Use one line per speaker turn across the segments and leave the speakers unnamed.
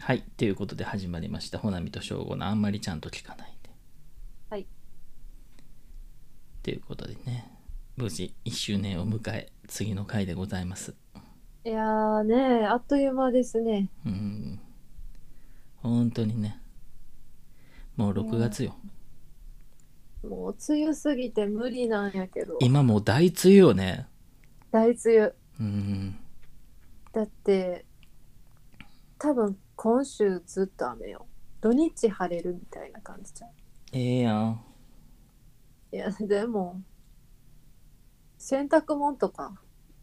はい。ということで始まりました。ほなみとしょうごのあんまりちゃんと聞かないで。
はい。
ということでね、無事1周年を迎え、次の回でございます。
いやーねあっという間ですね。
うん。本当にね、もう6月よ。
もう梅雨すぎて無理なんやけど。
今もう大梅雨よね。
大梅雨。
うん。
だって、多分今週ずっと雨よ。土日晴れるみたいな感じじゃん。
ええやん。
いや、でも、洗濯物とか、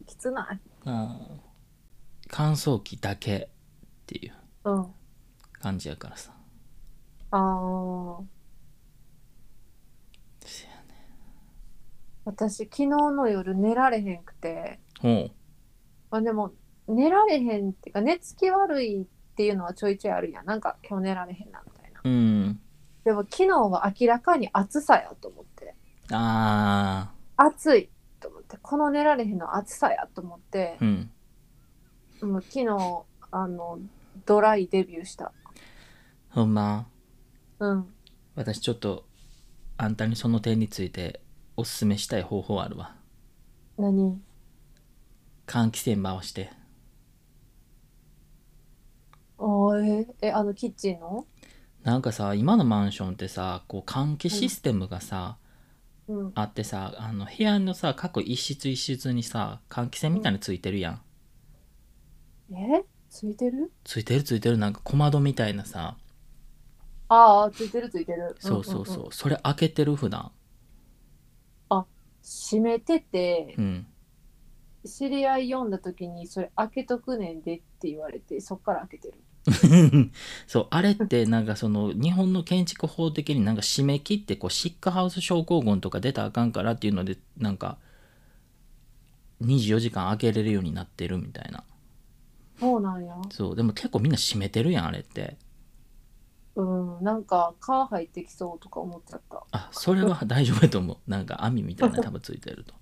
きつない。
あー乾燥機だけっていう
うん。あ
感じやからさ。
あ、
せやね
私昨日の夜寝られへんくて、
ほう。
まあでも、寝られへんっていうか、寝つき悪いっていうのはちょいちょいあるやん。なんか今日寝られへんなみたいな。
うん。
でも昨日は明らかに暑さやと思って
あ
暑いと思ってこの寝られへんの暑さやと思って
あ。う、ん。
もう昨日あのドライデビューした
ほんま。
うん
私ちょっとあんたにその点についておすすめしたい方法あるわ
何
換気扇回して
あーええあのキッチンの
なんかさ今のマンションってさこう換気システムがさ、
うん
あってさあの部屋のさ各一室一室にさ換気扇みたいについてるやん、
えついてる
ついてるついてるなんか小窓みたいなさ
ああついてるついてる
そうそうそう,、
んんん
それ開けてる普段
閉めてて
うん
知り合い読んだ時にそれ開けとくねんでって言われてそっから開けてる
そうあれってなんかその日本の建築法的になんか締め切ってこうシックハウス症候群とか出たらあかんからっていうのでなんか24時間開けれるようになってるみたいな
そうなんや
そうでも結構みんな閉めてるやんあれって
うんなんか蚊入ってきそうとか思っちゃった、
あそれは大丈夫やと思う なんか網みたいなの多分ついてると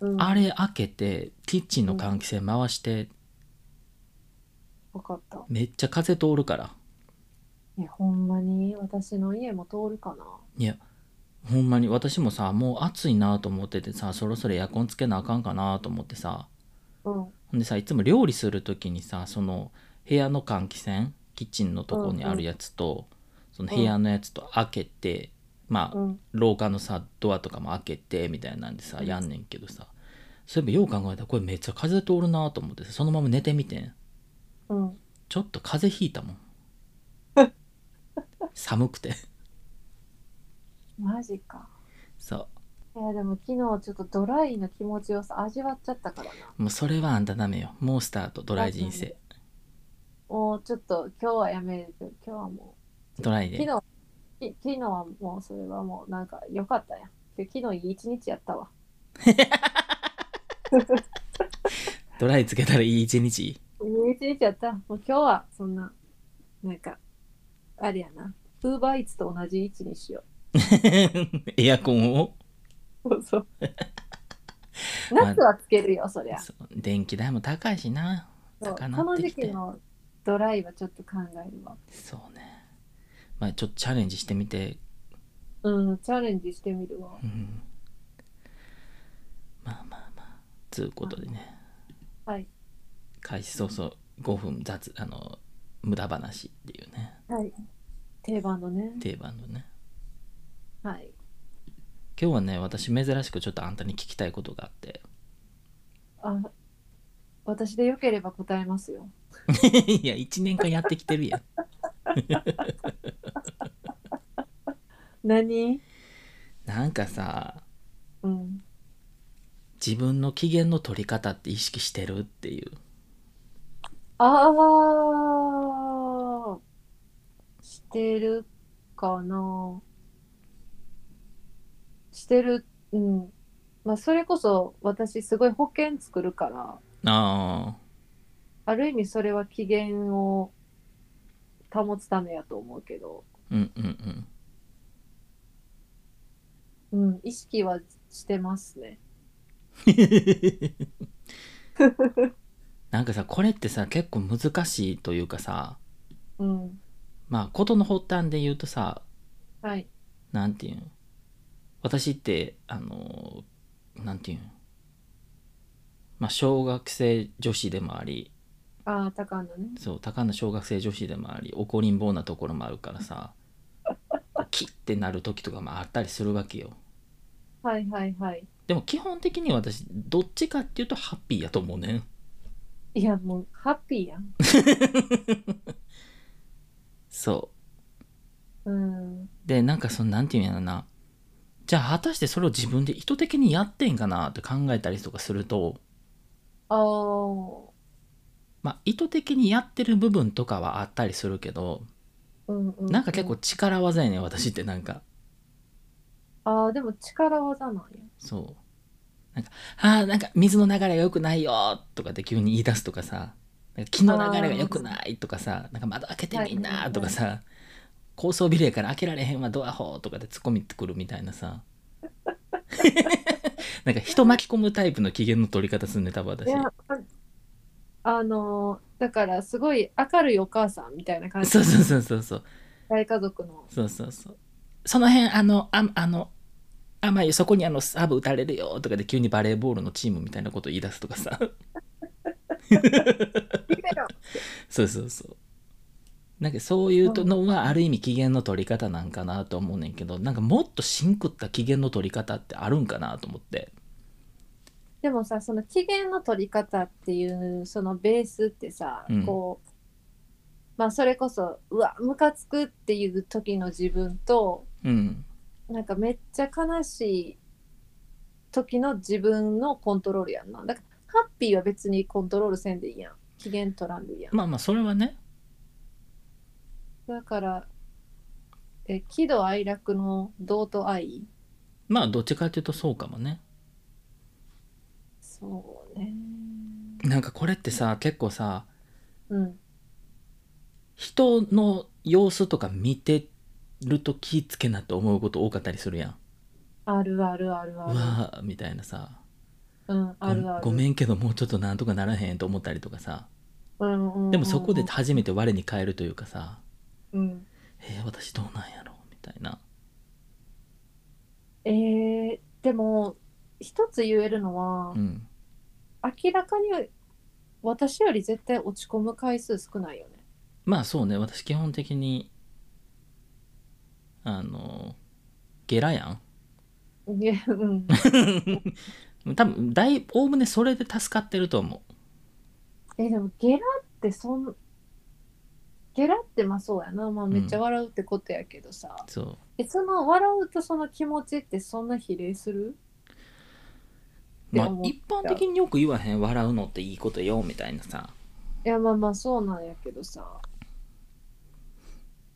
うん、
あれ開けてキッチンの換気扇回して
分かった
めっちゃ風通るから
え、ほんまに私の家も通るかない
やほんまに私もさもう暑いなと思っててさそろそろエアコンつけなあかんかなと思ってさ
うん。
ほんでさいつも料理する時にさその部屋の換気扇キッチンのとこにあるやつと、その部屋のやつと開けて、まあ、
うん。
廊下のさドアとかも開けてみたいなんでさ
うん
やんねんけどさそういえばよう考えたらこれめっちゃ風通るなと思ってさそのまま寝てみてん
うん。
ちょっと風邪ひいたも ん寒くて
マジか。
そ
いや、でも昨日ちょっとドライの気持ちよさ味わっちゃったからな。
うもうそれはあんたダメよもうスタートドライ人生
もうちょっと今日はやめるけど、今日はも
ドライ
う、昨
で
日、き昨日はもうそれはもうなんか良かったやん。で昨日いい一日やったわ。
ドライつけたらいい一日
いい一日やった。もう今日はそんな、なんか、あれやな。ウーバーイーツと同じ位置にしよ
エアコンを
う。そ うそう。夏はつけるよ、そりゃ。
そう電気代も高いしな
そうこ
高な
の
って
時
き
期
て
のドライはちょっと考えるわ。
そうねまあちょっとチャレンジしてみて、
うん、チャレンジしてみるわ。
うん、まあまあまあつうことでね
はい。
開始早々5分雑あの無駄話っていうね
はい。定番のね。
定番のね
はい。
今日はね私珍しくちょっとあんたに聞きたいことがあって
あ、私でよければ答えますよ。
いや1年間やってきてるやん
何
なんかさ
うん。
自分の機嫌の取り方って意識してるっていう
ああ、してるかな。してる。うん。まあ、それこそ私すごい保険作るから、
あ
ある意味それは機嫌を保つためやと思うけど。
ーうんうんうん
うん、意識はしてますね。
なんかさこれってさ結構難しいというかさ
うん。
まあ事の発端で言うとさ
はい。
なんていうん私ってあのなんていうんまあ小学生女子でもあり
ああ、高野ね。
そう高な小学生女子でもあり怒りん坊なところもあるからさキッてなる時とかもあったりするわけよ
はいはいはい。
でも基本的に私どっちかっていうとハッピーやと思うねん
いや、もう、ハッピーやん。
そう
うん。
でなんかそのなんていうんやろなじゃあ果たしてそれを自分で意図的にやってんかなって考えたりとかすると、
ああ。
まあ、意図的にやってる部分とかはあったりするけど
うんうん、
なんか結構力技やねん私ってなんか
ああでも力技なんや
そうなんか「あーなんか水の流れが良くないよ」とかって急に言い出すとかさ「なんか気の流れが良くない」とかさ「なんか窓開けてみん
はいはいは
な」
い
とかさ「高層ビルやから開けられへんわドアホ」とかで突っ込みってくるみたいなさ なんか人巻き込むタイプの機嫌の取り方すんね多分
い
私
やああのーだからすごい明るいお母さんみたいな感じ
そうそうそうそうそう
大家族の
そうそうそうその辺あのああの甘いそこにあのサブ打たれるよとかで急にバレーボールのチームみたいなこと言い出すとかさ
リベロ
そうそうそうなんかそういうとのはある意味機嫌の取り方なんかなと思うねんけどなんかもっとシンクった機嫌の取り方ってあるんかなと思って
でもさその機嫌の取り方っていうそのベースってさ、
うん
こうまあそれこそうわムカつくっていう時の自分と
うん
なんかめっちゃ悲しい時の自分のコントロールやんなだからハッピーは別にコントロールせんでいいやん機嫌取らんでいいやん
まあまあそれはね
だから、え、喜怒哀楽の道と愛
まあどっちかっていうとそうかもね
そうね。
なんかこれってさ結構さ
うん。
人の様子とか見てると気ぃつけなって思うこと多かったりするやん
あるあるある
う
ある。
わーみたいなさ
うん、
ご
あるある。
ごめんけどもうちょっとなんとかならへんと思ったりとかさ
うんうんうんうん
でもそこで初めて我に返るというかさ
うん。
えー私どうなんやろみたいな
えーでも、一つ言えるのは、
うん
明らかに私より絶対落ち込む回数少ないよね。
まあそうね私基本的にあのゲラ や
いやうん。
ん多分だいおおむねそれで助かってると思
え、でも、ゲラってそん、ゲラってまあそうやな。まあめっちゃ笑うってことやけどさ。
うそう
えその笑うとその気持ちってそんな比例する
まあ
でも
一般的によく言わへん笑うのっていいことよみたいなさ
いやまあまあそうなんやけどさ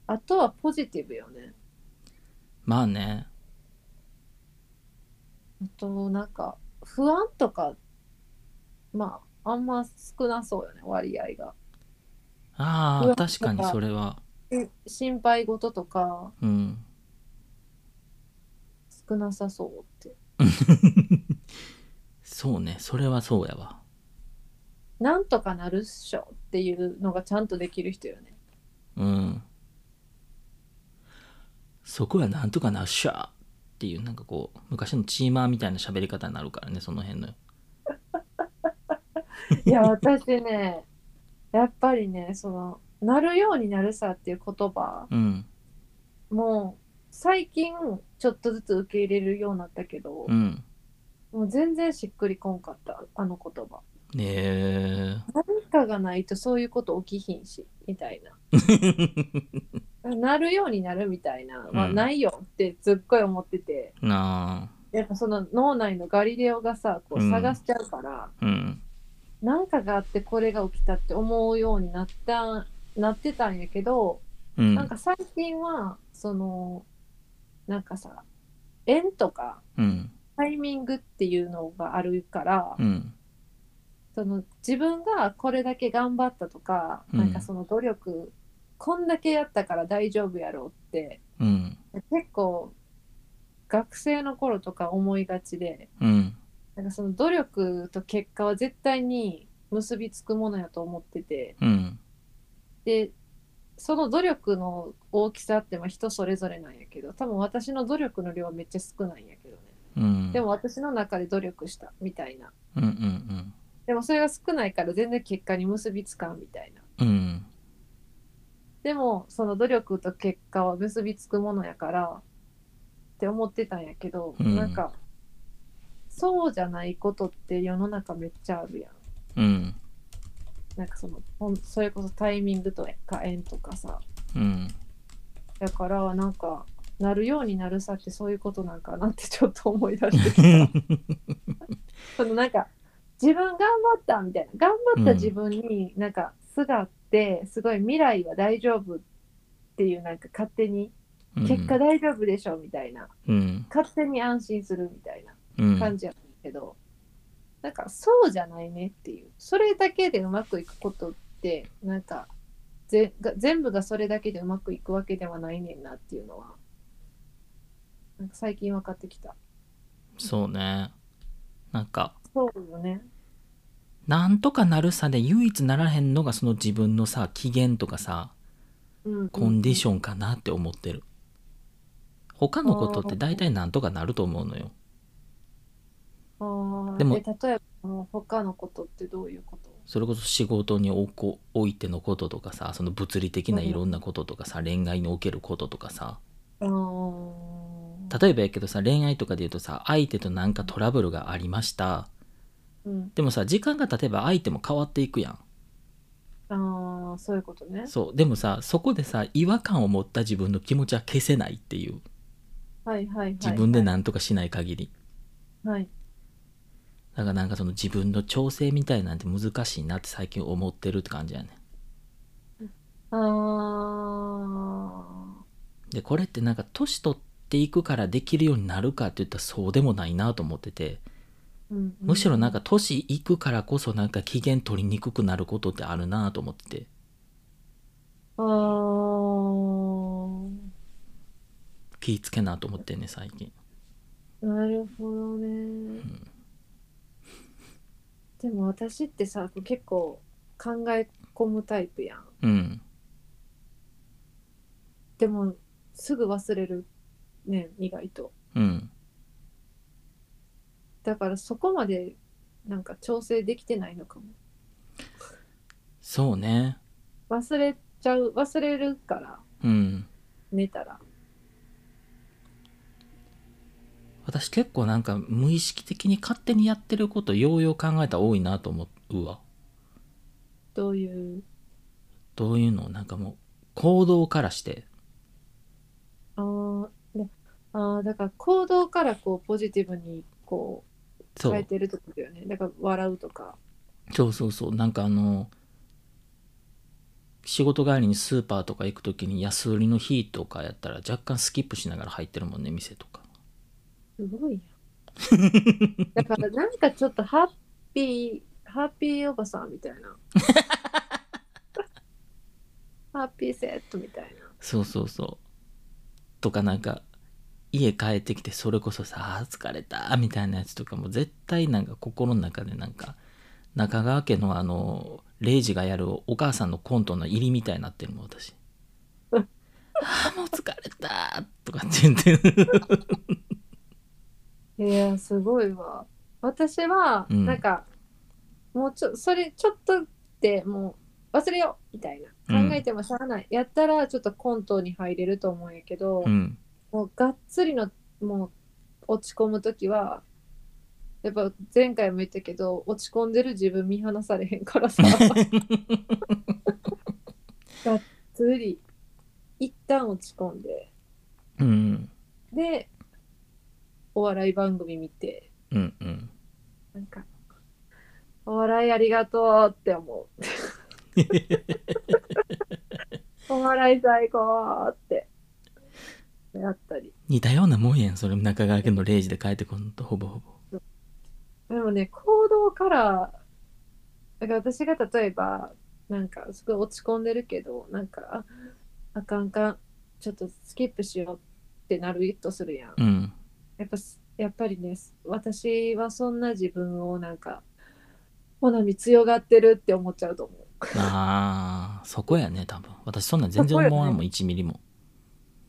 あとはポジティブよね
まあね
あとなんか不安とかまああんま少なそうよね割合が
あ
う
あ
わ
確かにそれは
心配事とか
うん
少なさそうって
そうねそれはそうやわ
なんとかなるっしょっていうのがちゃんとできる人よね
うんそこはなんとかなっしゃーっていうなんかこう昔のチーマーみたいな喋り方になるからねその辺の
いや私ねやっぱりねそのなるようになるさっていう言葉
うん
もう最近ちょっとずつ受け入れるようになったけど、
うん
もう全然しっくりこんかったあの言葉
ねえ
何かがないとそういうこと起きひんしみたいななるようになるみたいなは
うん
ないよってすっごい思ってて、
な
やっぱその脳内のガリレオがさこ
うん
う探しちゃうから、
あうん
何かがあってこれが起きたって思うようになったなってたんやけど、
うん
なんか最近はそのなんかさ縁とか
うん
タイミングっていうのがあるから、
うん
その自分がこれだけ頑張ったとか、
うん
なんかその努力こんだけやったから大丈夫やろうって
うん
結構学生の頃とか思いがちで
うん
なんかその努力と結果は絶対に結びつくものやと思ってて
うん
でその努力の大きさってまあ人それぞれなんやけど多分私の努力の量はめっちゃ少ないんやけどね
うん
でも私の中で努力したみたいな
うんうん
でもそれが少ないから全然結果に結びつかんみたいな
うんうん
でもその努力と結果は結びつくものやからって思ってたんやけど、
うん
なんかそうじゃないことって世の中めっちゃあるやん
うん
なんかそのほんそれこそタイミングとか縁とかさ
うん
だからなんかなるようになるさってそういうことなんかなってちょっと思い 出してきたそのなんか自分頑張ったみたいな頑張った自分になんかすがってすごい未来は大丈夫っていうなんか勝手に結果大丈夫でしょみたいな、
うん
勝手に安心するみたい
うん
な感じやけど、なんかそうじゃないねっていうそれだけでうまくいくことってなんかぜが全部がそれだけでうまくいくわけではないねんなっていうのはなんか最近分かってきた
そうねなんか
そうよね
なんとかなるさで唯一ならへんのがその自分のさ機嫌とかさ
うん
コンディシ
ョン
ョンかなって思ってる他のことって大体なんとかなると思うのよ
あー
でも
え例えばもう他のことってどういうこと
それこそ仕事におこおいてのこととかさその物理的ないろんなこととかさ恋愛におけることとかさ
あー
例えばやけどさ恋愛とかで言うとさ相手となんかトラブルがありました
うん、
でもさ時間が経てば相手も変わっていくやん
あーそういうことね
そうでもさそこでさ違和感を持った自分の気持ちは消せないっていう
はいはいはい、はい、
自分で何とかしない限り、
はい
だからなんかその自分の調整みたいなんて難しいなって最近思ってるって感じやね
ああ
でこれってなんか年取っていくからできるようになるかって言ったらそうでもないなと思ってて
うん
むしろなんか年いくからこそなんか機嫌取りにくくなることってあるなと思ってて
あー
気ぃつけなと思ってんね最近
なるほどね、でも私ってさ結構考え込むタイプやん
うん
でもすぐ忘れるねん意外と
うん
だからそこまでなんか調整できてないのかも
そうね
忘れちゃう忘れるから
うん
寝たら
私結構なんか無意識的に勝手にやってることようよう考えたら多いなと思うわ
どういう
どういうのなんかもう行動からして
あーねあーだから行動からこうポジティブにこう
そ
変え
う
てるってことよねだから笑うとか
そうそうそうなんかあの仕事帰りにスーパーとか行く時に安売りの日とかやったら若干スキップしながら入ってるもんね店とか
すごいや ん。だからなんかちょっとハッピー、ハッピーおばさん みたいな。ハッピーセットみたいな。
そうそうそうとかなんか家帰ってきてそれこそさあー疲れたみたいなやつとかも絶対なんか心の中でなんか中川家のあのレイジがやるお母さんのコントの入りみたいになってるもん私あーもう疲れたとかって言ってる
いや、すごいわ。私は、
うん
なんか、もうちょ、それちょっとでもう忘れようみたいな。考えてもしゃあない。やったらちょっとコントに入れると思うんやけど、
うん
もうがっつりのもう落ち込む時はやっぱ前回も言ったけど落ち込んでる自分見放されへんからさがっつり一旦落ち込んで
うん
でお笑い番組見て
うんうん
なんか「お笑いありがとう」って思うお笑い最高ってやったり
似たようなもんやんそれ中川家の0時で帰ってこんのとほぼほぼ
でもね行動からだから私が例えばなんかすごい落ち込んでるけどなんかああかんかんちょっとスキップしようってなるとするやん
うん
やっぱすやっぱりね私はそんな自分をなんかほなみ強がってるって思っちゃうと思う
ああそこやね多分私そんなん全然思わんもん、1ミリも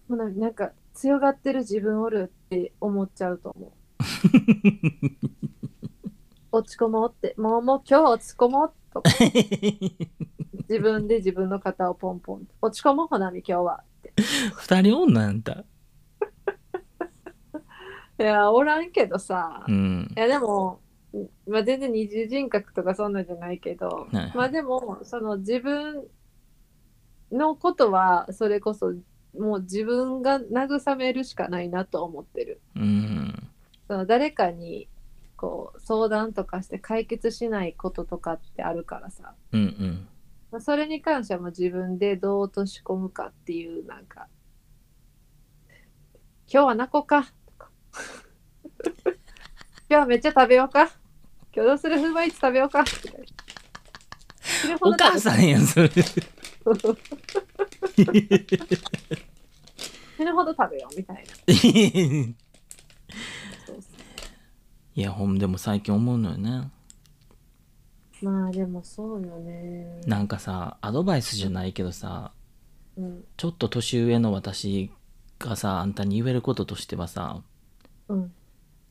もうななんか強がってる自分おるって思っちゃうと思う。落ち込もうって、もうもう今日落ち込もうとか 自分で自分の肩をポンポン。落ち込もう、ほなみ今日はって。
2人女やんた
いや、おらんけどさ。
う
い
ん
や、でも、まあ、全然二重人格とかそんなんじゃないけど、
はい
まあでも、その自分のことは、それこそ、もう自分が慰めるしかないなと思ってる。
うん
その誰かにこう相談とかして解決しないこととかってあるからさ
うんうん
まあそれに関してはもう自分でどう落とし込むかっていうなんか「今日は泣こうか」とか「今日はめっちゃ食べようか」「今日どうするフーバーイーツ食べようか」みたいな。死ぬほ
お
ど
母
食
さんやんそれ
べ 死ぬほど食べようみたいな。
い
そう
やほんでも最近思うのよね
まあでもそうよね。
なんかさアドバイスじゃないけどさ
うん
ちょっと年上の私がさあんたに言えることとしてはさ
うん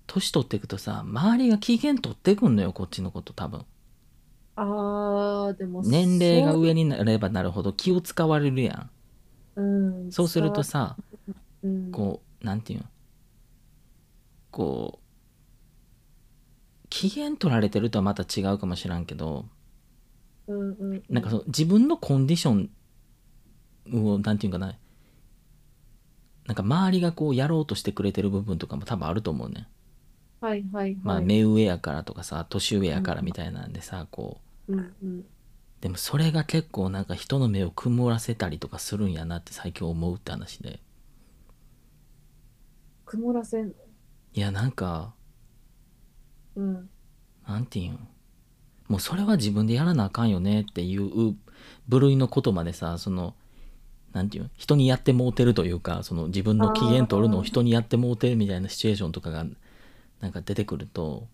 年取っていくとさ周りが機嫌取ってくんのよこっちのこと多分
あーでも
年齢が
そう
上になればなるほど気を使われるやん
うん、
そうするとさ
うん、
こうなんていうのこう機嫌取られてるとはまた違うかもしらんけど
うんうん、
なんかその自分のコンディションをなんていうんかななんか周りがこうやろうとしてくれてる部分とかも多分あると思うね
はいはいはい。
まあ目上やからとかさ年上やからみたいなんでさこう
うんうん、
でもそれが結構なんか人の目を曇らせたりとかするんやなって最近思うって話で
曇らせんの。
いやなんか
うん。
なんていうんもうそれは自分でやらなあかんよねっていう部類のことまでさそのなんていうん人にやってもうてるというかその自分の機嫌取るのを人にやってもうてるみたいなシチュエーションとかがなんか出てくると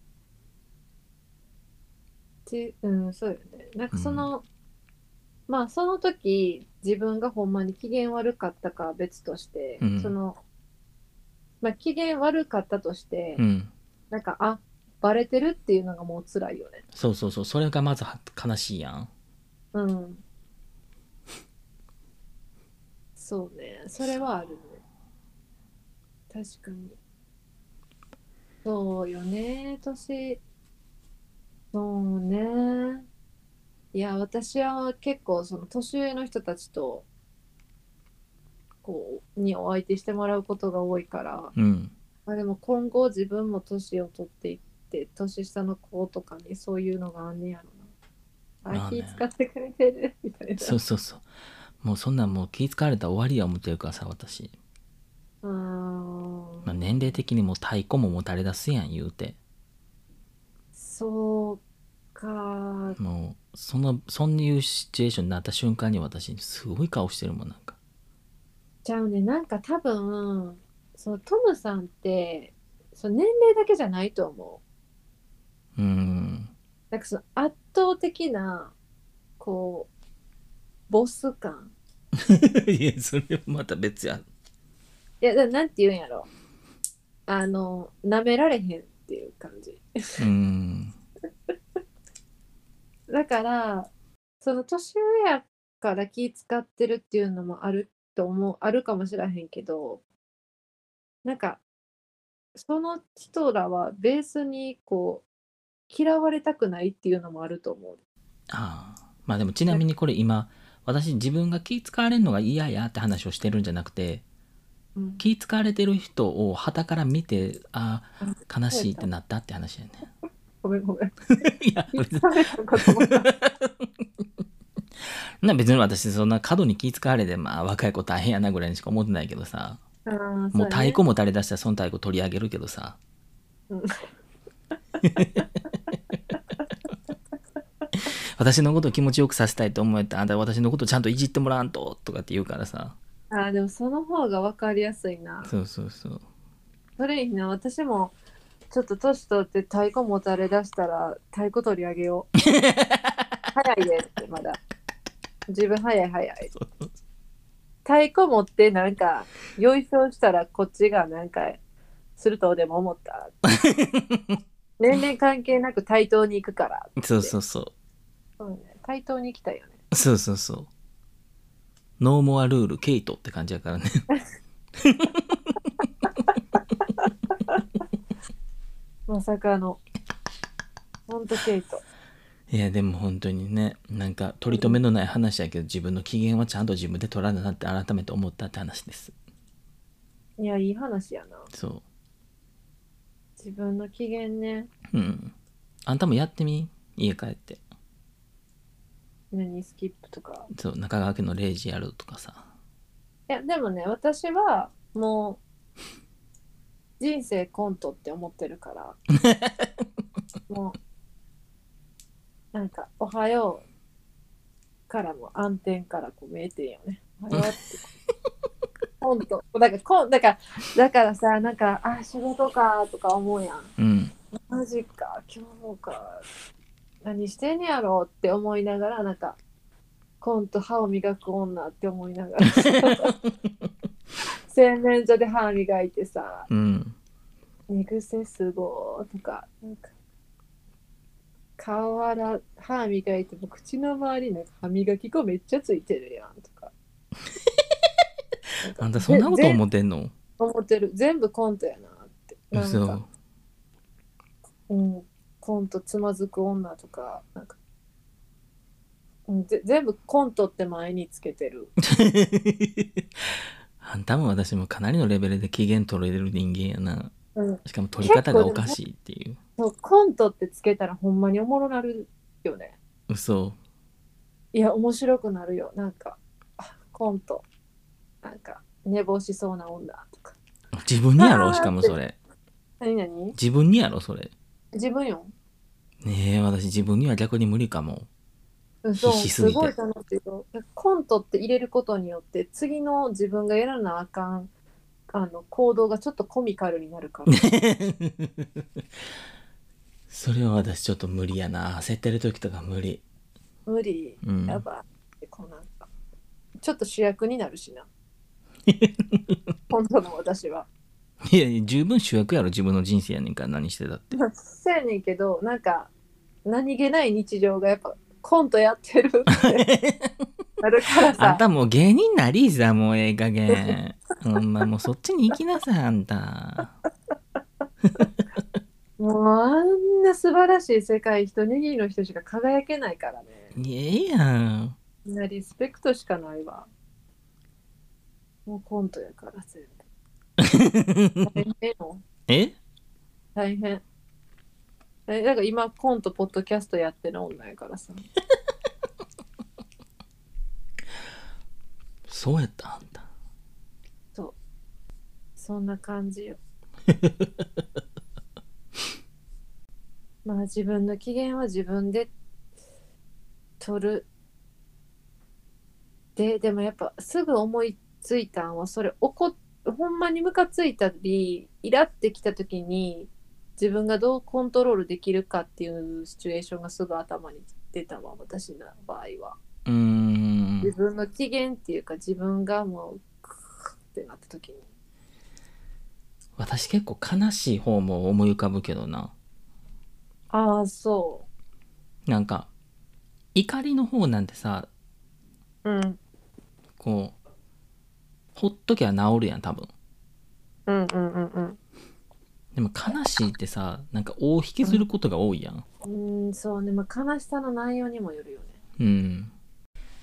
て、うん、そうよね。なんかその、まあその時、自分がほんまに機嫌悪かったかは別として、
うん
その、まあ機嫌悪かったとして、
うん
なんか、あ、バレてるっていうのがもう辛いよね。
そうそうそうそれがまずは悲しいやん
うん。そうね。それはあるね。確かに。そうよね。年。そうね。いや、私は結構、その年上の人たちと、こう、にお相手してもらうことが多いから、
うん
まあでも今後自分も年を取っていって、年下の子とかにそういうのがあんねやろな。
ま
あ、
あ
気
ね
使ってくれてるみたいな。
そうそうそうもうそんなんもう気遣われたら終わりや思ってるからさ私、
うーん
まあ、年齢的にもう太鼓も持たれ出すやん言うて
そうか。
もうそのそういうシチュエーションになった瞬間に私すごい顔してるもんなんか
じゃあね、なんか多分、そのトムさんって、その年齢だけじゃないと思う。
うん
なんかその圧倒的な、こう、ボス感。
いや、それはまた別や。
いや、だなんて言うんやろ。あの、舐められへんっていう感じ。
うん。
だから、その年上やから気使ってるっていうのもあると思う、あるかもしらへんけど、なんか、その人らはベースにこう、嫌われたくないっていうのもあると思う。
ああ。まあでもちなみにこれ今、私自分が気使われるのが嫌やって話をしてるんじゃなくて、
うん、
気使われてる人を旗から見て、ああ、悲しいってなったって話 やね。
ごめん ごめん。
いや、
気
別に
使われたこと もない
な別に私そんな過度に気使われて、まあ若い子大変やなぐらいにしか思ってないけどさ、
あーそ
もう
やね
太鼓も垂れ出したらその太鼓取り上げるけどさ。
うん
私のことを気持ちよくさせたいと思えたあんた私のことちゃんといじってもらわんととかって言うからさ
あーでもその方が分かりやすいな。
そうそうそう
それいいな。私もちょっと年取って太鼓持たれ出したら太鼓取り上げよう。早いでってまだ。自分早い早い。太鼓持ってなんか、よいしょしたらこっちがなんか、するとでも思った。年齢関係なく対等に行くから。
そうそうそう
そうね対等に行きたいよね。
そうそうそう。ノーモアルール、ケイトって感じやからね。
まさかの。ほんとケイト。
いや、でも本当にね、なんか取り留めのない話やけど、自分の機嫌はちゃんと自分で取らななって改めて思ったって話です。
いや、いい話やな。
そ
自分の機嫌ね。
う。うん。あんたもやってみ家帰って。
何スキップとか。
そう、中川家の0時やるとかさ。
いや、でもね、私はもう、人生コントって思ってるから。もう、なんか、おはようからも暗転からこう見えてんよね。おはようって。コント。だから、こんだから、だからさ、なんか、あ、仕事かとか思うやん。
うん。
マジか、今日もか。何してんねやろって思いながら、なんか、コント歯を磨く女って思いながら。洗面所で歯磨いてさ、
うん。
寝癖すごーとか、なんか、顔洗、歯磨いても口の周りなんか歯磨き粉めっちゃついてるやんとか。
あんたそんなこと
ぜ
思ってんの
思ってる。全部コントやなって。なんか
嘘。
うん、コントつまずく女とかなんか、うん、ぜ全部コントって前につけて る
あんたも私もかなりのレベルで機嫌取れる人間やな。
うん
しかも取り方がおかしいっていう。
そうコントってつけたらほんまにおもろなるよね
嘘。
いや面白くなるよなんかあコントなんか寝坊しそうな女とか
自分にやろ
あー
しかもそれ。
何何
自分にやろそれ。
自分よ
ねえ、私自分には逆に無理かも。
うんそう
必死す
す
ぎて
ごい楽しいよコントって入れることによって次の自分がやらなあかんあの行動がちょっとコミカルになるから
それは私ちょっと無理やな。焦ってる時とか無理。
無理
うん。
やばいこうなんかちょっと主役になる しな本当の私はい
やいや、十分主役やろ、自分の人生やねんから何してたって。
せやねんけどなんか何気ない日常がやっぱコントやってるって なるから
あん
さ
たもう芸人なりーさ、もうええ加減。ほんまもうそっちに行きなさい、あんた。
もうあんな素晴らしい世界一握りの人しか輝けないからね
いやええやん。
みんなリスペクトしかないわもうコントやから全 部大変よ
え
大変えなんか今コントポッドキャストやってる女やからさ
そうやった、あんた。
そんな感じよ。まあ自分の機嫌は自分で取る。で、でもやっぱすぐ思いついたんはそれ怒っほんまにムカついたりイラってきた時に自分がどうコントロールできるかっていうシチュエーションがすぐ頭に出たわ私の場合は
うーん。
自分の機嫌っていうか自分がもうクーってなった時に
私結構悲しい方も思い浮かぶけどな。
ああそ
なんか、怒りの方なんてさ、
ううん
こう、ほっときゃ治るやん、多分。
うんうんうん
でも悲しいってさ、なんか大引きすることが多いやん。
うん。うん、そうね。まあ、悲しさの内容にもよるよね。
うん。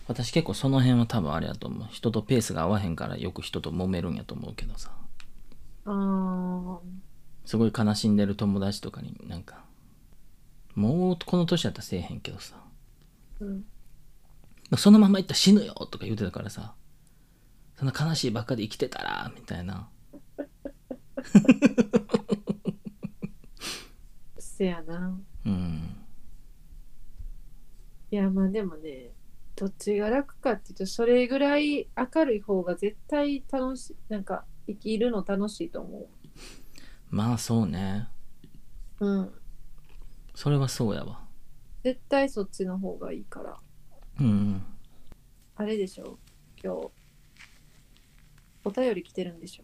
私結構その辺は多分あれやと思う。人とペースが合わへんからよく人と揉めるんやと思うけどさ。
あ
すごい悲しんでる友達とかになんか、もうこの年やったらせえへんけどさ。
あ、うん。
そのまま行ったら死ぬよとか言うてたからさ。そんな悲しいばっかで生きてたら、みたいな。
せやな。
うん。
いや、まあでもね、どっちが楽かっていうと、それぐらい明るい方が絶対楽しい、なんか、生きるの楽しいと思
まあそうね。
う。うん。
それはそうやわ。
絶対そっちの方がいいから。
うん。
あれでしょ今日お便り来てるんでしょ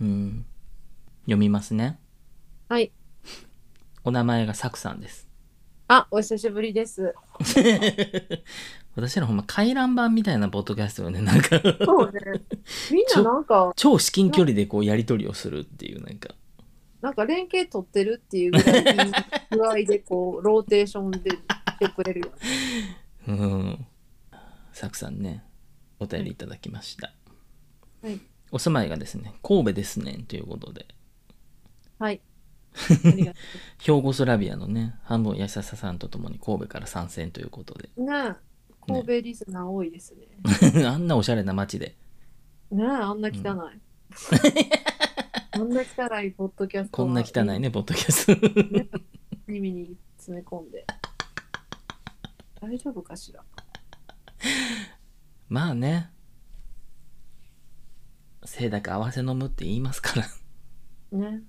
うん読みますね
はい
お名前がサクさんです
あお久しぶりです
私らほんま回覧板みたいなポッドキャストよねなんか
そうねみんななんか
超至近距離でこうやり取りをするっていうなんか
なんか連携取ってるっていうぐらいいい具合でこうローテーションでしてくれるよね
うんサクさんねお便りいただきました、
はい
お住まいがですね神戸ですねんということで
はいありがと
兵庫スラビアのね半分やさささんとともに神戸から参戦ということで
うねえ神戸リスナー多いですね
あんなおしゃれな街で
ねえあんな汚い、あんな汚いポッドキャスト
こ
は
んな汚いねポッドキャスト
耳に詰め込んで大丈夫かしら
まあね性だけ合わせ飲むって言いますから
ね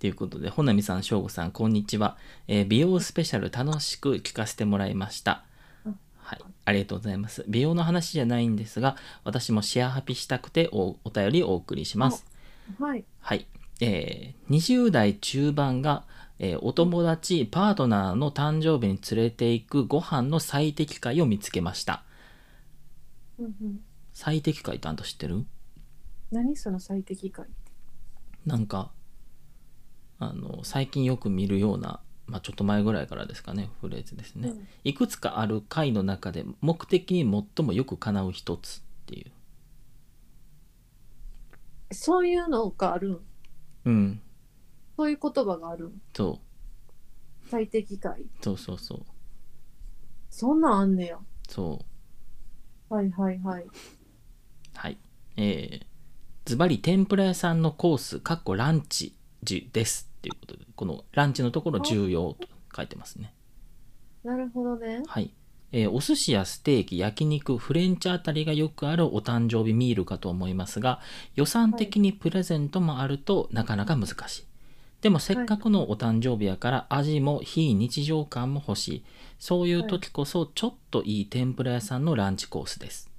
ということで、ほなみさん、しょうごさん、こんにちは、えー美容スペシャル楽しく聞かせてもらいました
うん。
はい、ありがとうございます。美容の話じゃないんですが、私もシェアハピしたくておお便りをお送りします。
はい
はい。えー20代中盤が、えーお友達、パートナーの誕生日に連れて行くご飯の最適解を見つけました。
うんうん
最適解ってあんた知ってる
何その最適解って
なんかあの最近よく見るような、まあ、ちょっと前ぐらいからですかねフレーズですね、
うん
いくつかある回の中で目的に最もよく叶う一つっていう
そういうのがあるん
うん
そういう言葉があるん
そ
最適解
うそうそうそう
そんなんあんねや
そう
はいはいはい
はいえー、ズバリ天ぷら屋さんのコースかっこランチ時ですっていうことでこのランチのところ重要と書いてますね
なるほどね
はい、えーお寿司やステーキ焼肉フレンチあたりがよくあるお誕生日ミールかと思いますが予算的にプレゼントもあるとなかなか難しいでもせっかくのお誕生日やから味も非日常感も欲しいそういう時こそちょっといい天ぷら屋さんのランチコースです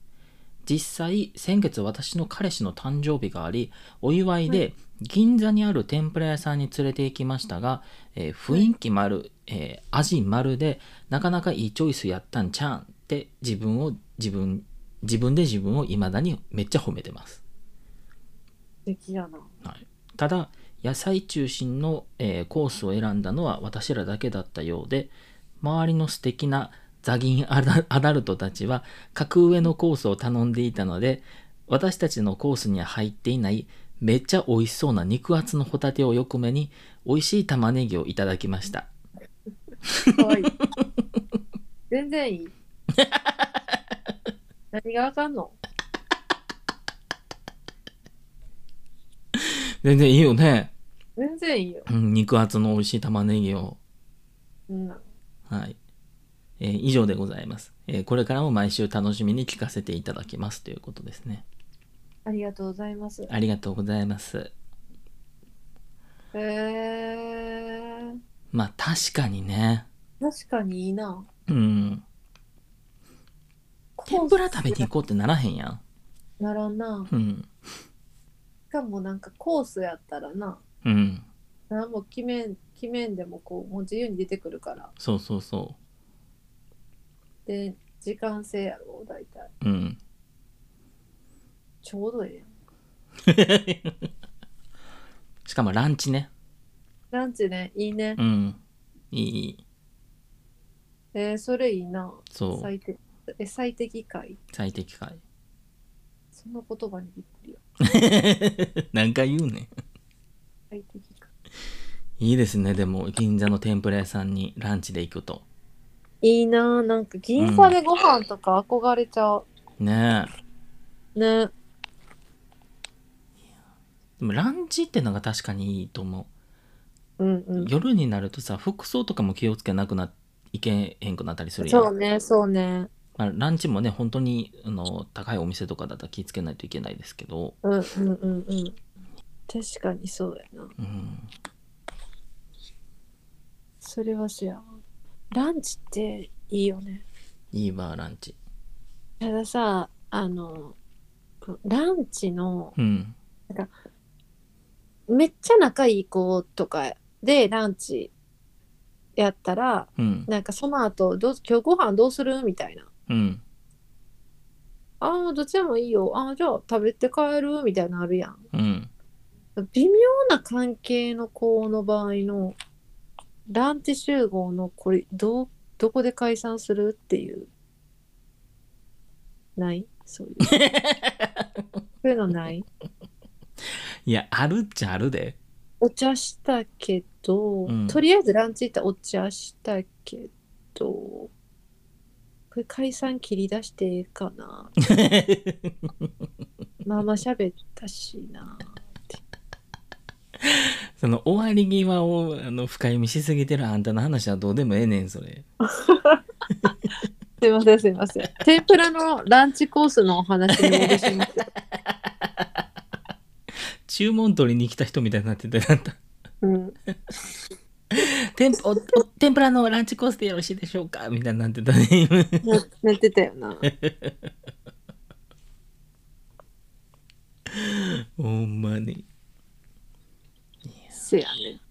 実際先月私の彼氏の誕生日がありお祝い
は
で銀座にある天ぷら屋さんに連れて行きましたが、えー雰囲気丸、えー味丸でなかなかいいチョイスやったんちゃうんって自分を自分自分で自分を未だにめっちゃ褒めてます、
素敵やな
はい、ただ野菜中心の、えーコースを選んだのは私らだけだったようで周りの素敵なザギンアダアダルトたちは格上のコースを頼んでいたので私たちのコースには入っていないめっちゃ美味しそうな肉厚のホタテをよく目に美味しい玉ねぎをいただきました
可愛い全然いい何があかんの
全然いいよね
全然いいよ、
うん肉厚の美味しい玉ねぎを。
うん、
はい。えー以上でございます、えーこれからも毎週楽しみに聞かせていただきますということですね。
ありがとうございます
ありがとうございます。
へえ
まあ確かにね。
確かにいいな
うん。天ぷら食べに行
コ
こうってならへんやん。
ースならんな
うん。
しかもなんかコースやったらな
うん。
何も決めん決めんでもこうもう自由に出てくるから
そうそうそ
で時間制やろ大体
う。うん。
ちょうどええやん
しかもランチね。
ランチねいいね
うん。いいいい。
えー、それいいな
そう。
最適え最適解
最適 解。
その言葉にびっくりよ
何回言うね
最適解
ん。いいですね。でも銀座の天ぷら屋さんにランチで行くと。
いいななんか銀座でご飯とか憧れちゃう、
ねえ。
ね
でもランチってのが確かにいいと思う。
うんうん
夜になるとさ服装とかも気をつけなくないけへんくなったりするやん
そうねそうね
まあ、ランチもね本当にあの高いお店とかだったら気をつけないといけないですけど、
うんうんうんうん確かにそうやな
うん、
それはしやランチっていいよね。
いいバーランチ
たださあのランチの
うん
めっちゃ仲いい子とかでランチやったら
うん
なんかその後どう今日ご飯どうするみたいな。
うん
ああどっちでもいいよああじゃあ食べて帰るみたいなのあるやん
うん
微妙な関係の子の場合のランチ集合のこれどうどこで解散するっていうないそういう そういうのない
いやあるっちゃあるで
お茶したけど、
うん
とりあえずランチ行ったらお茶したけどこれ解散切り出していいかなまあまあ喋ったしな
その終わり際をあの深読みしすぎてるあんたの話はどうでもええねんそれ
すいませんすいません天ぷらのランチコースのお話に戻します
注文取りに来た人みたいになってたよあんた
うん、
天ぷおお天ぷらのランチコースでよろしいでしょうかみたいになってたね今
ななってたよな。
ほんまに
せやね。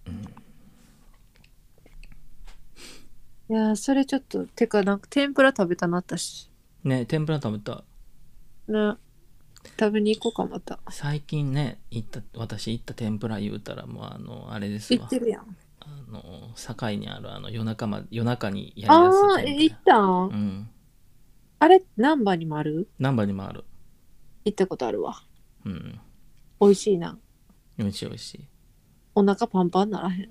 いやーそれちょっとてかなんか天ぷら食べたなったし
ね天ぷら食べた
な食べに行こうかまた
最近ね行った私行った天ぷら言うたらもうあのあれです
行
わ
ってるやん
あの堺にあるあの夜中ま夜中にやり
あ
やす
あ
い天ぷ
ー
ら
え行ったん、
うん
あれ難波にもある
難波にもある
行ったことあるわ
うん
美味しいな
美味しい美味しい
お腹パンパンならへ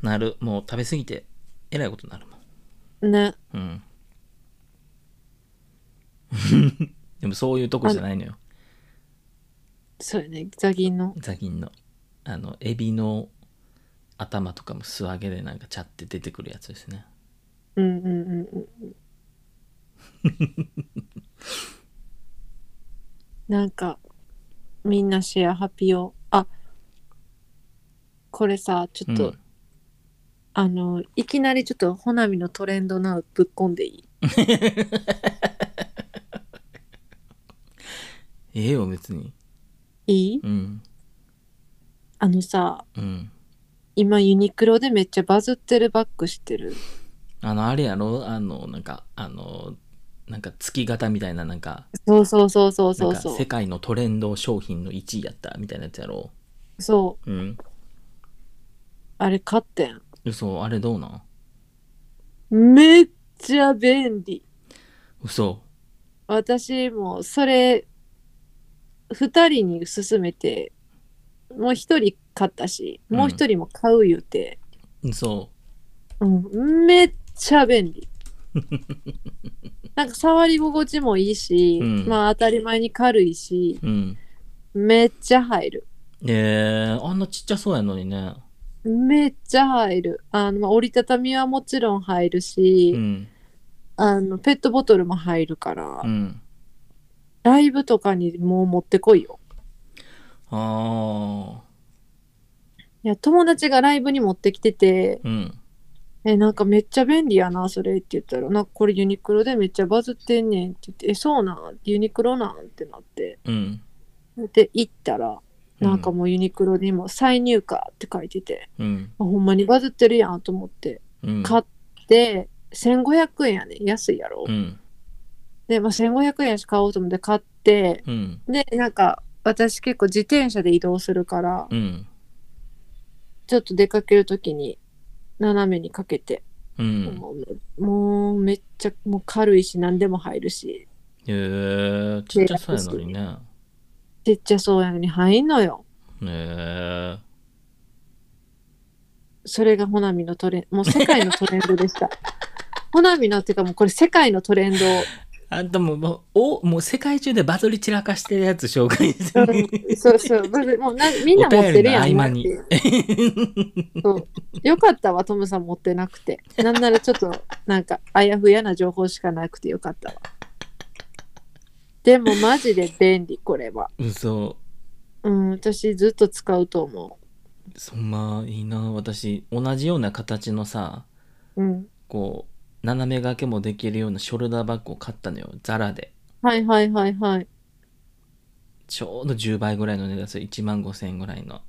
なるもう食べ過ぎてえらいことになるもん
んね
うん でもそういうとこじゃないのよ
そうやねザギンの
ザギンのあのエビの頭とかも素揚げでなんかチャって出てくるやつですね
うんうんうんうんうん なんかみんなシェアハピをあこれさちょっと、
うん
あのいきなりちょっとほなみのトレンドなぶっこんでいい
ええよ別に
いい
うん
あのさ
うん
今ユニクロでめっちゃバズってるバッグ知ってる
あのあれやろあのなんかあのなんか月型みたいななんか
そうそうそうそう
な
そ
ん
う
か
そ
世界のトレンド商品の1位やったみたいなやつやろ
うそう
うん
あれ買ってん
嘘あれどうなん
めっちゃ便利
嘘
私もそれ2人に勧めてもう1人買ったしもう1人も買う言うて、
嘘
うんめっちゃ便 利なんか触り心地もいいし、
うん
まあ当たり前に軽いし
うん
めっちゃ入る
えー、あんなちっちゃそうやのにね
めっちゃ入るあの、まあ、折りたたみはもちろん入るし、
うん
あのペットボトルも入るから、
うん
ライブとかにもう持ってこいよ
あ
いや友達がライブに持ってきてて
ーうん
え、なんかめっちゃ便利やな、それって言ったら、なんかこれユニクロでめっちゃバズってんねんって言って、え、そうなんユニクロなんってなって。
うん
で、行ったら、
うん
なんかもうユニクロにも再入荷って書いてて、
うん
あほんまにバズってるやんと思って、
うん
買って、1500円やねん、安いやろ。
うん
で、まあ、1500円やし買おうと思って買って、
うん
で、なんか私結構自転車で移動するから、
うん
ちょっと出かけるときに斜めにかけて、
うん
もうもうめっちゃもう軽いし何でも入るし
へえー、ちっちゃそうやのにね
ちっちゃそうやのに入んのよ
へえー、
それがほなみのトレンもう世界のトレンドでした ほなみのっていうかもうこれ世界のトレンド
あんたもうもうおもう世界中でバズり散らかしてるやつ紹介してる
うんそうそうまずもうなみんな持ってるやん
お便りの合間に
持ってるそうよかったわトムさん持ってなくてなんならちょっとなんかあやふやな情報しかなくてよかったわでもマジで便利これは
嘘
うん私ずっと使うと思
そんまいいな私同じような形のさ
ううん
こ斜め掛けもできるようなショルダーバッグを買ったのよザラで
はいはいはいはい。
ちょうど10倍ぐらいの値段する1万5000円ぐらいの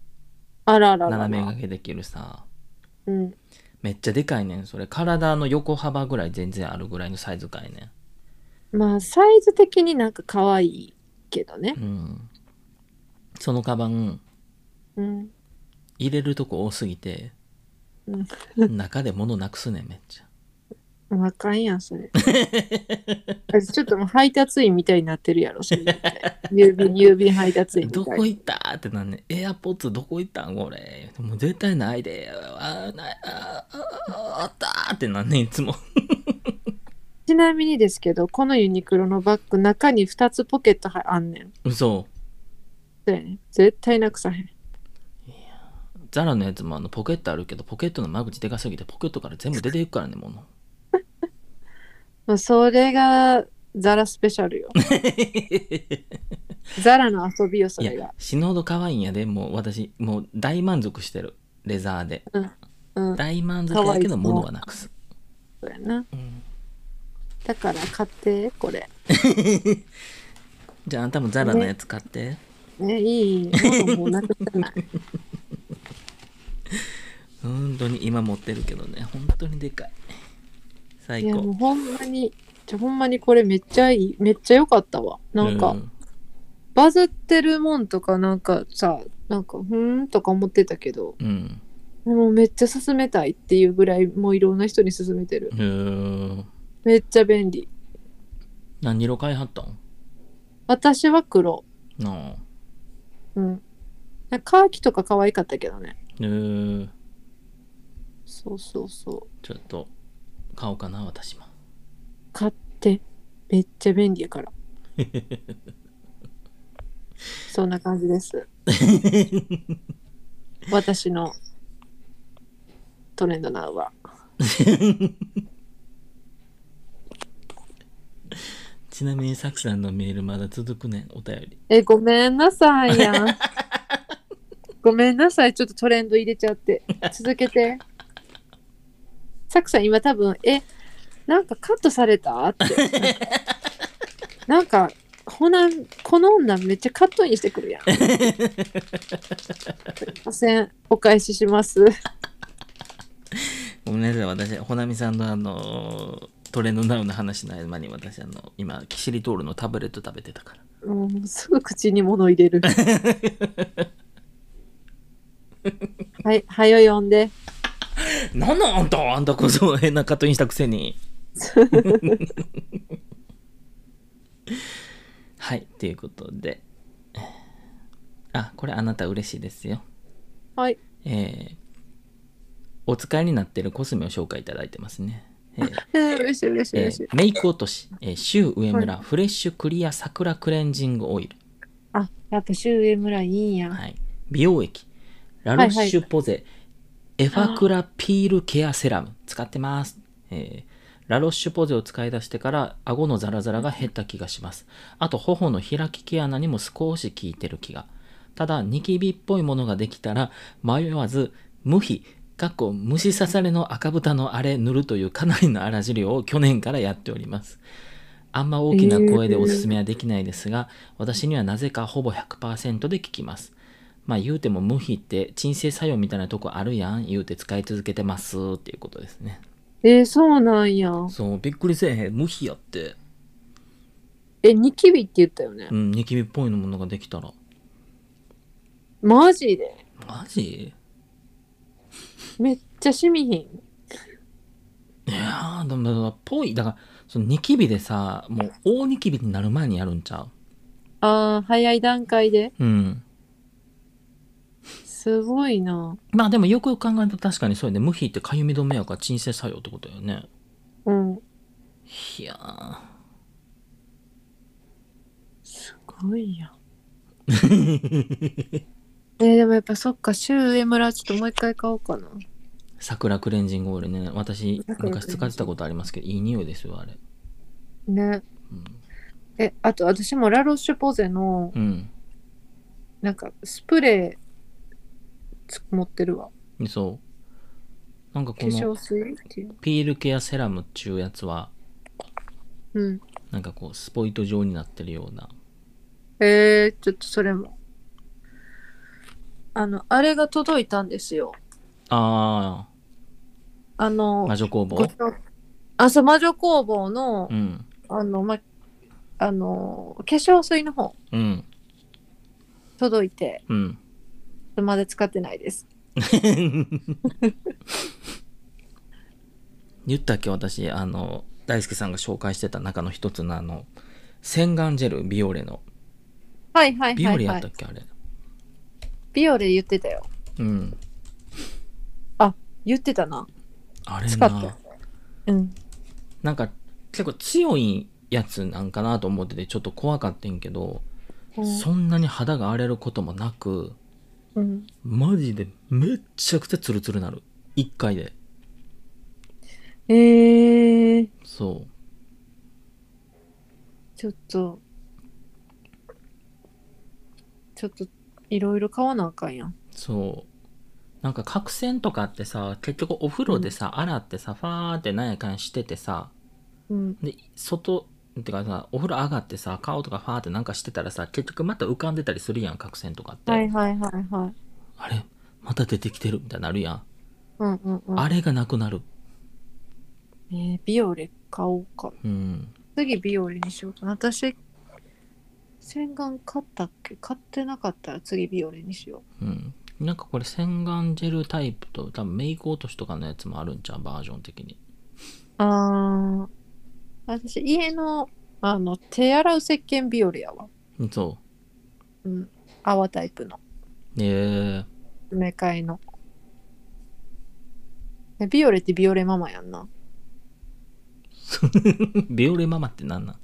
あらあらあら。
斜め掛けできるさ
うん。
めっちゃでかいねんそれ体の横幅ぐらい全然あるぐらいのサイズ感やね
まあ、サイズ的になんか可愛いけどね
ん。うんそのカバン
うん。
入れるとこ多すぎて
うん
中で物なくすねんめっちゃ
あかんやん、そ れ。あちょっともう配達員みたいになってるやろ、それ 絶対。郵便、郵便配達員みたい
ど
な。
こ行ったってなんねんエアポッツどこ行ったんこれもう絶対ないであーないあーあーあったーってなんねんいつも
ちなみにですけど、このユニクロのバッグ、中に2つポケットはあんねん。
嘘
そうやね。絶対なくさへん。
ザラのやつもあのポケットあるけどポケットの間口でかすぎてポケットから全部出ていくからねもの
まあ、それが、ザラスペシ ャルよ。ザラの遊びよ、そ
い
れ
や
が。
死ぬほど可愛いんやでもう私もう大満足してるレザーで
うん、そ
大満足やけど物はなくす、
うやな。
うん
だから、買って、これ。
じゃああんたもザラのやつ買って、
ね、いい。もうもうなくさない。
本当に今持ってるけどね本当にでかい
い
最
や、
高
もうほんまに、ちょほんまにこれめっちゃいい。めっちゃ良かったわ。なんか、
う
バズってるもんとかなんかさ、なんか、ふーんとか思ってたけど、
うん
もうめっちゃ勧めたいっていうぐらい、もういろんな人に勧めてる。
うん
めっちゃ便利。
何色買いはったん
私は黒。
なあ
うん。なんかカーキとか可愛かったけどね。
うー
そうそうそう。
ちょっと買おうかな私も
買って、めっちゃ便利やから。そんな感じです。私のトレンドなは。
ちなみにさきさんのメールまだ続くねんお便り
え、ごめんなさいやん。ごめんなさい、ちょっとトレンド入れちゃって。続けて。サクさん、今多分、え、なんかカットされたって。なんか、なんかほなこの女めっちゃカットインしてくるやん。すいません、お返しします。
ごめんなさい私ほなみさんのあのトレンドナウの話の合間に私あの今キシリトールのタブレット食べてたから
もうすぐ口に物入れる。はい、はよ読んで。
なんなんあんたあんたこそ変なカットインしたくせ にはいということであこれあなた嬉しいですよ
はい。
えーお使いになってるコスメを紹介いただいてますね、えー
えー嬉しい嬉しい
え
嬉しい
ー。メイク落とし、えー、シュウ上村、フレッシュクリア桜クレンジングオイル
あ、やっぱ周辺村いいんや。
はい、美容液ラルシュポゼ、エファクラピールケアセラム使ってます、えーラロッシュポゼを使い出してから顎のザラザラが減った気がしますあと頬の開き毛穴にも少し効いてる気がただニキビっぽいものができたら迷わず無比かっこ虫刺されの赤豚のあれ塗るというかなりの荒汁を去年からやっておりますあんま大きな声でおすすめはできないですが、私にはなぜかほぼ100%で聞きます。まあ言うても無比って鎮静作用みたいなとこあるやん言うて使い続けてますっていうことですね。
えーそうなんや。
そう、びっくりせえへん。無比やって。
え、ニキビって言ったよね
う。ん、ニキビっぽいのものができたら。
マジで
マジ
めっちゃしみひん。
いやー、でも、だからぽい。だから、そのニキビでさ、もう大ニキビになる前にやるんちゃ
あー早い段階で。
ううん。
すごいな。
まあでもよくよく考えると確かにそうやね。無比ってかゆみ止めやから鎮静作用ってことよね。
うん。
いやー。
すごいや。えーでもやっぱそっか、周辺村ちょっともう一回買おうかな。
桜クレンジングオイルね私
桜クレンジング
昔使ってたことありますけどいい匂いですよあれ
ね。え、あと私もラロッシュポゼの
うん、
なんかスプレーつ持ってるわ。
うん、そなんかこ
化
の
粧水っていう。
ピールケアセラムっちゅうやつは
うん。
なんかこうスポイト状になってるような
えー、ちょっとそれも。あの、あれが届いたんですよ。
あ
あ
あ
の、
魔女工
ご
房
紹あ、そう、魔女工房の
う、ん
あの、ま、あの、化粧水の方、
うん
届いて、
うん
まだ使ってないです。
言ったっけ私あの大輔さんが紹介してた中の一つのあの洗顔ジェルビオレの
はいはい
ビ
は
オ
い、
レ
は
やっ
い
たっ。けあれ
ビオレ言ってたよ。
うん
言ってたな。
あれ
使った
な
ようん。
なんか結構強いやつなんかなと思っててちょっと怖かってんけどそんなに肌が荒れることもなく
うん、
マジでめっちゃくちゃツルツルなる1回で
えー、
そう
ちょっと、ちょっと、いろいろ買わなあかんやん。
そうなんか角栓とかってさ結局お風呂でさ、洗ってさファーってなんやかんやしててさ
うん。
で外ってかさお風呂上がってさ顔とかファーってなんかしてたらさ結局また浮かんでたりするやん角栓とかって、
はいはいはいはい。
あれまた出てきてるみたいになるやん、
うんうんうん。
あれがなくなる
えー、ビオレ買おうか。
うん
次ビオレにしようかな。私、洗顔買ったっけ買ってなかったら次ビオレにしよ
うんなんかこれ洗顔ジェルタイプと多分メイク落としとかのやつもあるんちゃうバージョン的に
う。あー、私、家の、あの、手洗う石鹸ビオレやわ。
うんそ
うん。泡タイプの。
うえ
埋め替えの。えビオレってビオレママやんな。
ー、 ビオレママってなんなん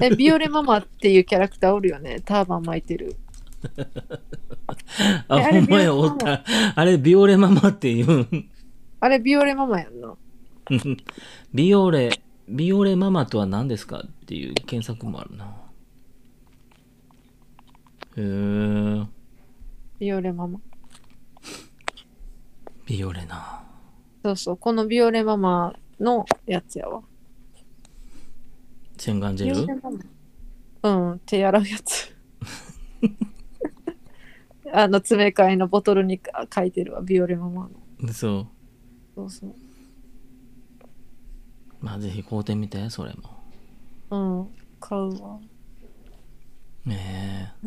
え、ビオレママっていうキャラクターおるよね。ターバン巻いてる。
あ、
えあ
ほ
れ
んまや、
ビオ
お
レ
っ
ママ
た。あれ、ビオレママっていう。
あれ、ビオレママやんな。
ビオレ、ビオレママとは何ですかっていう検索もあるな。へえ、
ビオレママ。
ビオレな。
そうそう。このビオレママのやつやわ。
洗顔ジ
ビオ
ェ
レ
ル
ママうん、手洗うやつ。 あの、詰め替えのボトルにか書いてるわ。ビオレママの。
そ
そうそう。
う。まあ、ぜひ買うてみて、それも。
うん、買うわ。
ねえ。
へえ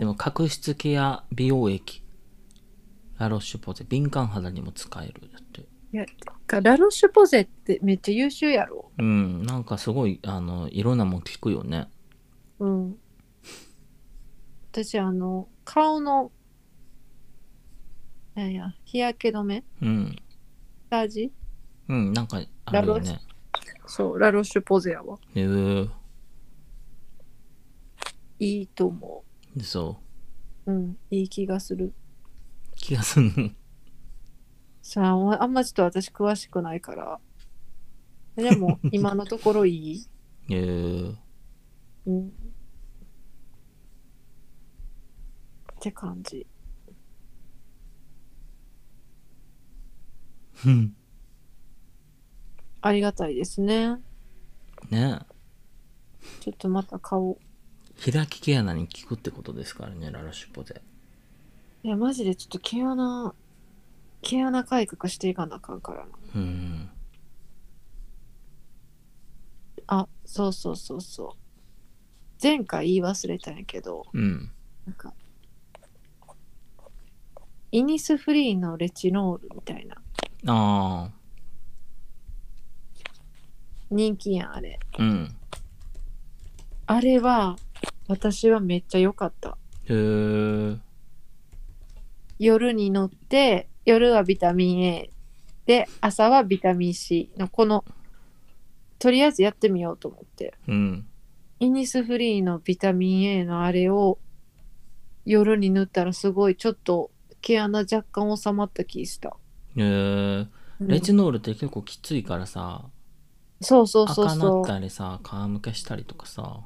で。も、角質ケア美容液。ラロッシュポゼ。敏感肌にも使える。だって。
いや、てかラロッシュポゼってめっちゃ優秀やろ。
うん、なんかすごい、あの、いろんなもん聞くよね。
うん。私、あの、顔の、なんや、日焼け止め
うん。
下地
うん、なんかあるよね。
そう、ラロッシュポゼアは。
へえ
いいと思。
そう
うん、いい気がする。
う。気がすん。
さあ、あんまちょっと私詳しくないから。で も、今のところいい。
へえ
うん。って感じ。
うん
ありがたいですね。
ね
ちょっとまた顔。
え開き毛穴に効くってことですからね、ララシュポで。
いや、マジでちょっと毛穴、毛穴改革していかなあかんからな。
うん。
あ、そうそうそうそう。前回言い忘れたんやけど、
うん。
なんか、イニスフリーのレチノールみたいな。
あ
人気やん、あれ。
あ。うん。
あれは、私はめっちゃ良かった。
へえ
夜に乗って、夜はビタミン A で、朝はビタミン C のこの、とりあえずやってみようと思って。
うん。
イニスフリーのビタミン A のあれを夜に塗ったらすごいちょっと毛穴若干収まった気した。
へえレチノールって結構きついからさ、
そうそうそう
赤な
そ
っ
う。
たりさ、皮むけしたりとかさ、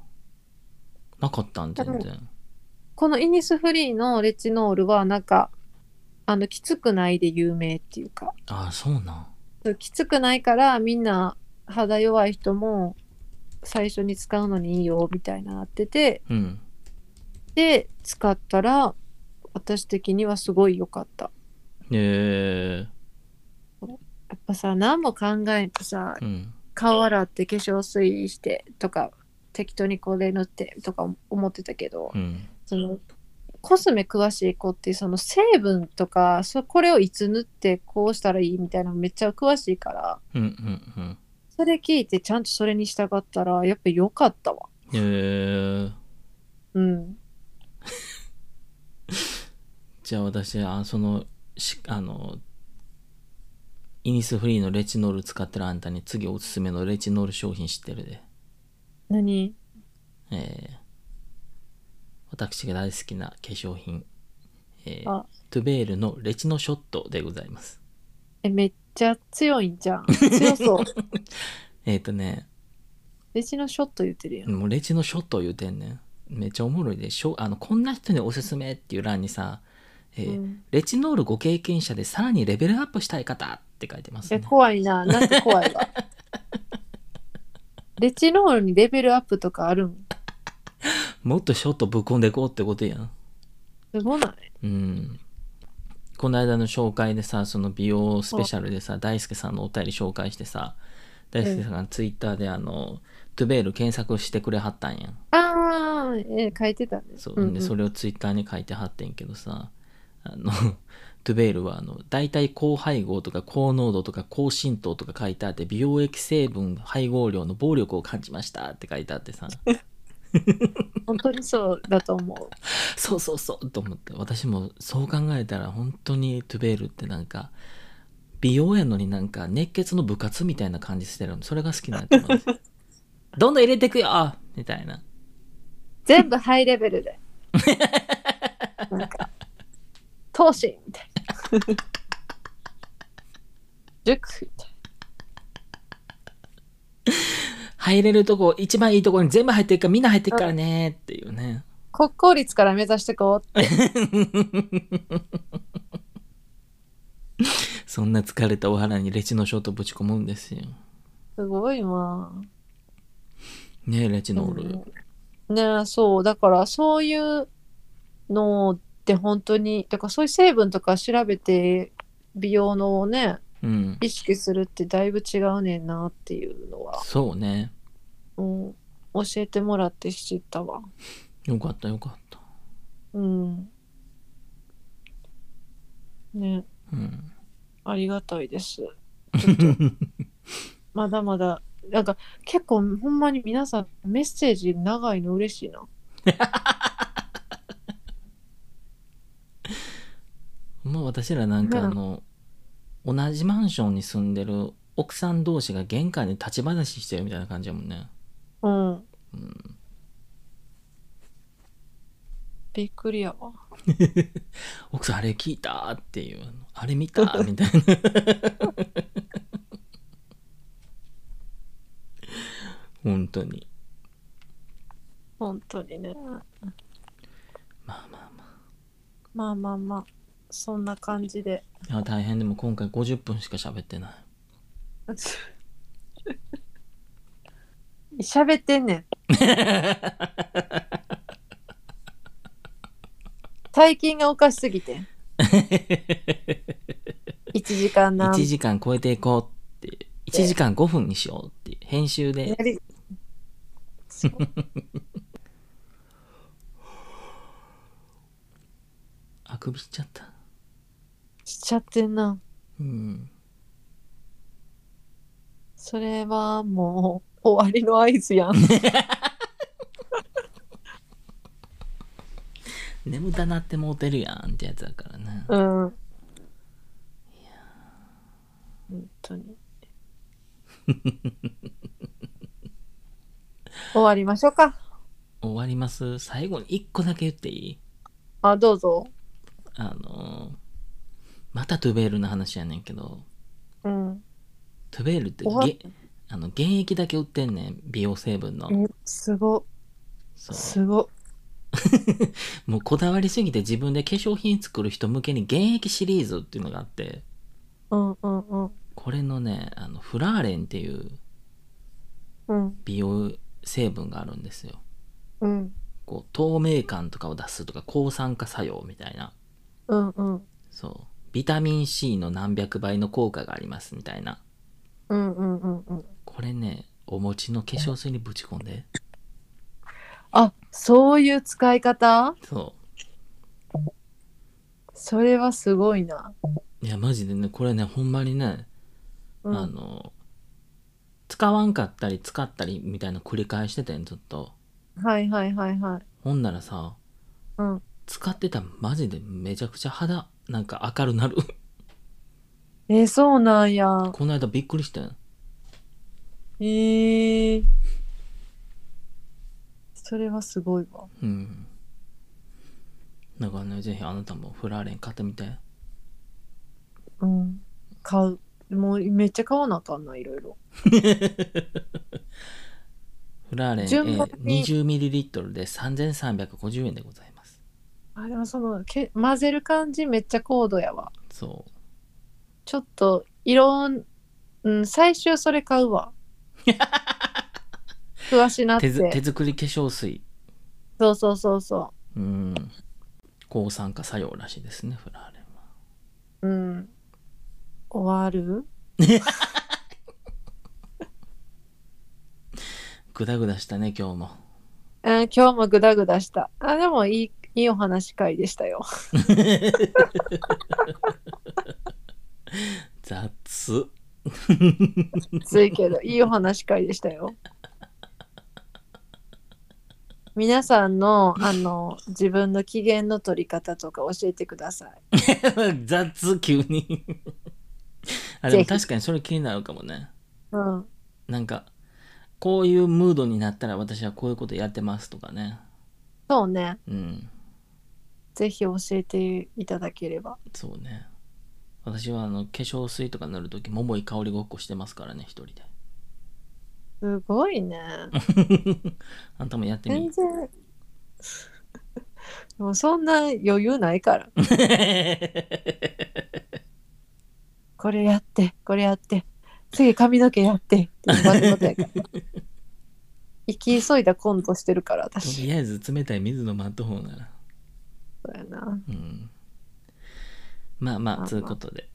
なかったん全然。
このイニスフリーのレチノールはなんかあのきつくないで有名っていうか
ああそうなん
そうきつくないからみんな肌弱い人も最初に使うのにいいよみたいななってて
うん
で使ったら私的にはすごい良かった
へえ
やっぱさ何も考えんとさ
うん
顔洗って化粧水してとか適当にこれ塗ってとか思ってたけど
うん
そのコスメ詳しい子ってその成分とかそこれをいつ塗ってこうしたらいいみたいなのめっちゃ詳しいから
うんうん
それ聞いてちゃんとそれに従ったらやっぱ良かったわ
うんへえ
うん
じゃあ私あそのしあのイニスフリーのレチノール使ってるあんたに次おすすめのレチノール商品知ってるで
何
えー私が大好きな化粧品、えー
あ
トゥベールのレチノショットでございます
えめっちゃ強いんじゃん強そう
えっ、とね
レチノショット言ってるやん
もうレチノショット言うてんねんめっちゃおもろいでしょあのこんな人におすすめっていう欄にさ、えー
うん
レチノールご経験者でさらにレベルアップしたい方って書いてます
え
ね
怖いななんか怖いわ レチノールにレベルアップとかあるん
もっとショットぶっこんでいこうってことやん
すごない
うんこの間の紹介でさその美容スペシャルでさ大輔さんのお便り紹介してさ大輔さんがツイッターであの、トゥベール検索してくれはったんやん
ああえ書いてたね
そう、
うんうん
でそれをツイッターに書いてはってんけどさあの トゥベールはあの大体高配合とか高濃度とか高浸透とか書いてあって美容液成分配合量の暴力を感じましたって書いてあってさ
本当にそうだと思う
そうそうそうと思って私もそう考えたら本当にトゥベールってなんか美容やのになんか熱血の部活みたいな感じしてるのそれが好きなんやと思うんですよどんどん入れてくよみたいな
全部ハイレベルでなんか闘志みたいな塾みたい
入れるとこ一番いいとこに全部入っていくからみんな入っていくからねっていうね、
な国公立から目指してこうって
そんな疲れたお腹にレチノショートぶち込むんですよ。
すごいわ
ねえ、レチノール。
うんねえそうだからそういうのって本当にだからそういう成分とか調べて美容のをね
うん。
意識するってだいぶ違うねんなっていうのは、
そうね。
うん、教えてもらって知ったわ
よかったよかった。
うんね
うん。
ありがたいですちょっとまだまだなんか結構ほんまに皆さんメッセージ長いの嬉しいな
もう私らなんか
うん
あの、同じマンションに住んでる奥さん同士が玄関で立ち話してるみたいな感じやもんね。
うん
うん、
びっくりやわ
奥さんあれ聞いたっていう、あれ見たみたいな。 本当に。
本当にね
まあまあま
まあまあまあそんな感じで
あ。いや大変でも今回50分しか喋ってない。
喋ってんねん最近がおかしすぎてん1時間な
1時間超えていこうって1時間5分にしようっていう編集
や
で
りそう
あくびしちゃった
しちゃってんな
うん
それはもう終わりの合図やん
眠たなってもうてるやんってやつだからね
うん本当に終わりましょうか
終わります最後に1個だけ言っていい
あどうぞ
あのーまたトゥベールの話やねんけど
うん
トゥベールって
おは
げあの原液だけ売ってんねん美容成分の
えすご
そう
すご
もうこだわりすぎて自分で化粧品作る人向けに現役シリーズっていうのがあって
うんうんうん
これのねあのフラーレンっていう
うん
美容成分があるんですよ
うん
こう透明感とかを出すとか抗酸化作用みたいな
うんうん
そうビタミン C の何百倍の効果がありますみたいな
うんうんうんうん
これねお餅の化粧水にぶち込んで
あそういう使い方
そ
それはすごいな。
ういやマジでねこれねほんまにね、
うん、
あの使わんかったり使ったりみたいな繰り返しててんずっと
はいはいはいはい。
ほんならさ
うん、
使ってたらマジでめちゃくちゃ肌なんか明る なる
えーそうなんや。
この間びっくりしたよ
えー、それはすごいわ。
うんだからねぜひあなたもフラーレン買ってみて
うん、買う。もうめっちゃ買わなあかんないろいろ。
フラーレン、え
順番に
20ml で3350円でございます
あでもそのけ混ぜる感じめっちゃ高度やわ。
そう
ちょっといろん、うん、最終それ買うわ。 詳しなっ
手
て。
ず手作り化粧水
そうそうそうそ
うん抗酸化作用らしいですねフラーレンは
う。うん。終わる
グダグダしたね今日も
うん、今日もグダグダした。あ、でもいい、いいお話会でしたよ。
雑
ついけど、いいお話会でしたよ。皆さんの、あの、自分の機嫌の取り方とか教えてください。
雑急に あでも
ぜひ
確かにそれ気になるかもね
うん。
なんかこういうムードになったら私はこういうことやってますとかね
そうね。
うん
ぜひ教えていただければ。
そうね私はあの化粧水とか塗るとき桃井香りごっこしてますからね一人です
ごいね。
あんたもやってみ
全然。 もうそんな余裕ないから。これやって、これやって、次髪の毛やってっていうことやから。 行き急いだコントしてるから、
と
私。
りあえず冷たい水の待った方なら
そうやな。
うんまあ
あ
ま
ま
あ
あ
ということで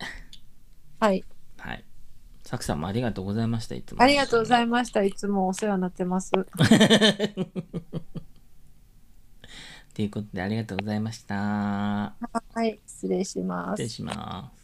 はい。
はいサクさんもありがとうございましたいつも
ありがとうご ざい
ま
ました。いつもお世話になってます。
すということでありがとうございました
はい。失礼しま
失
す
礼。します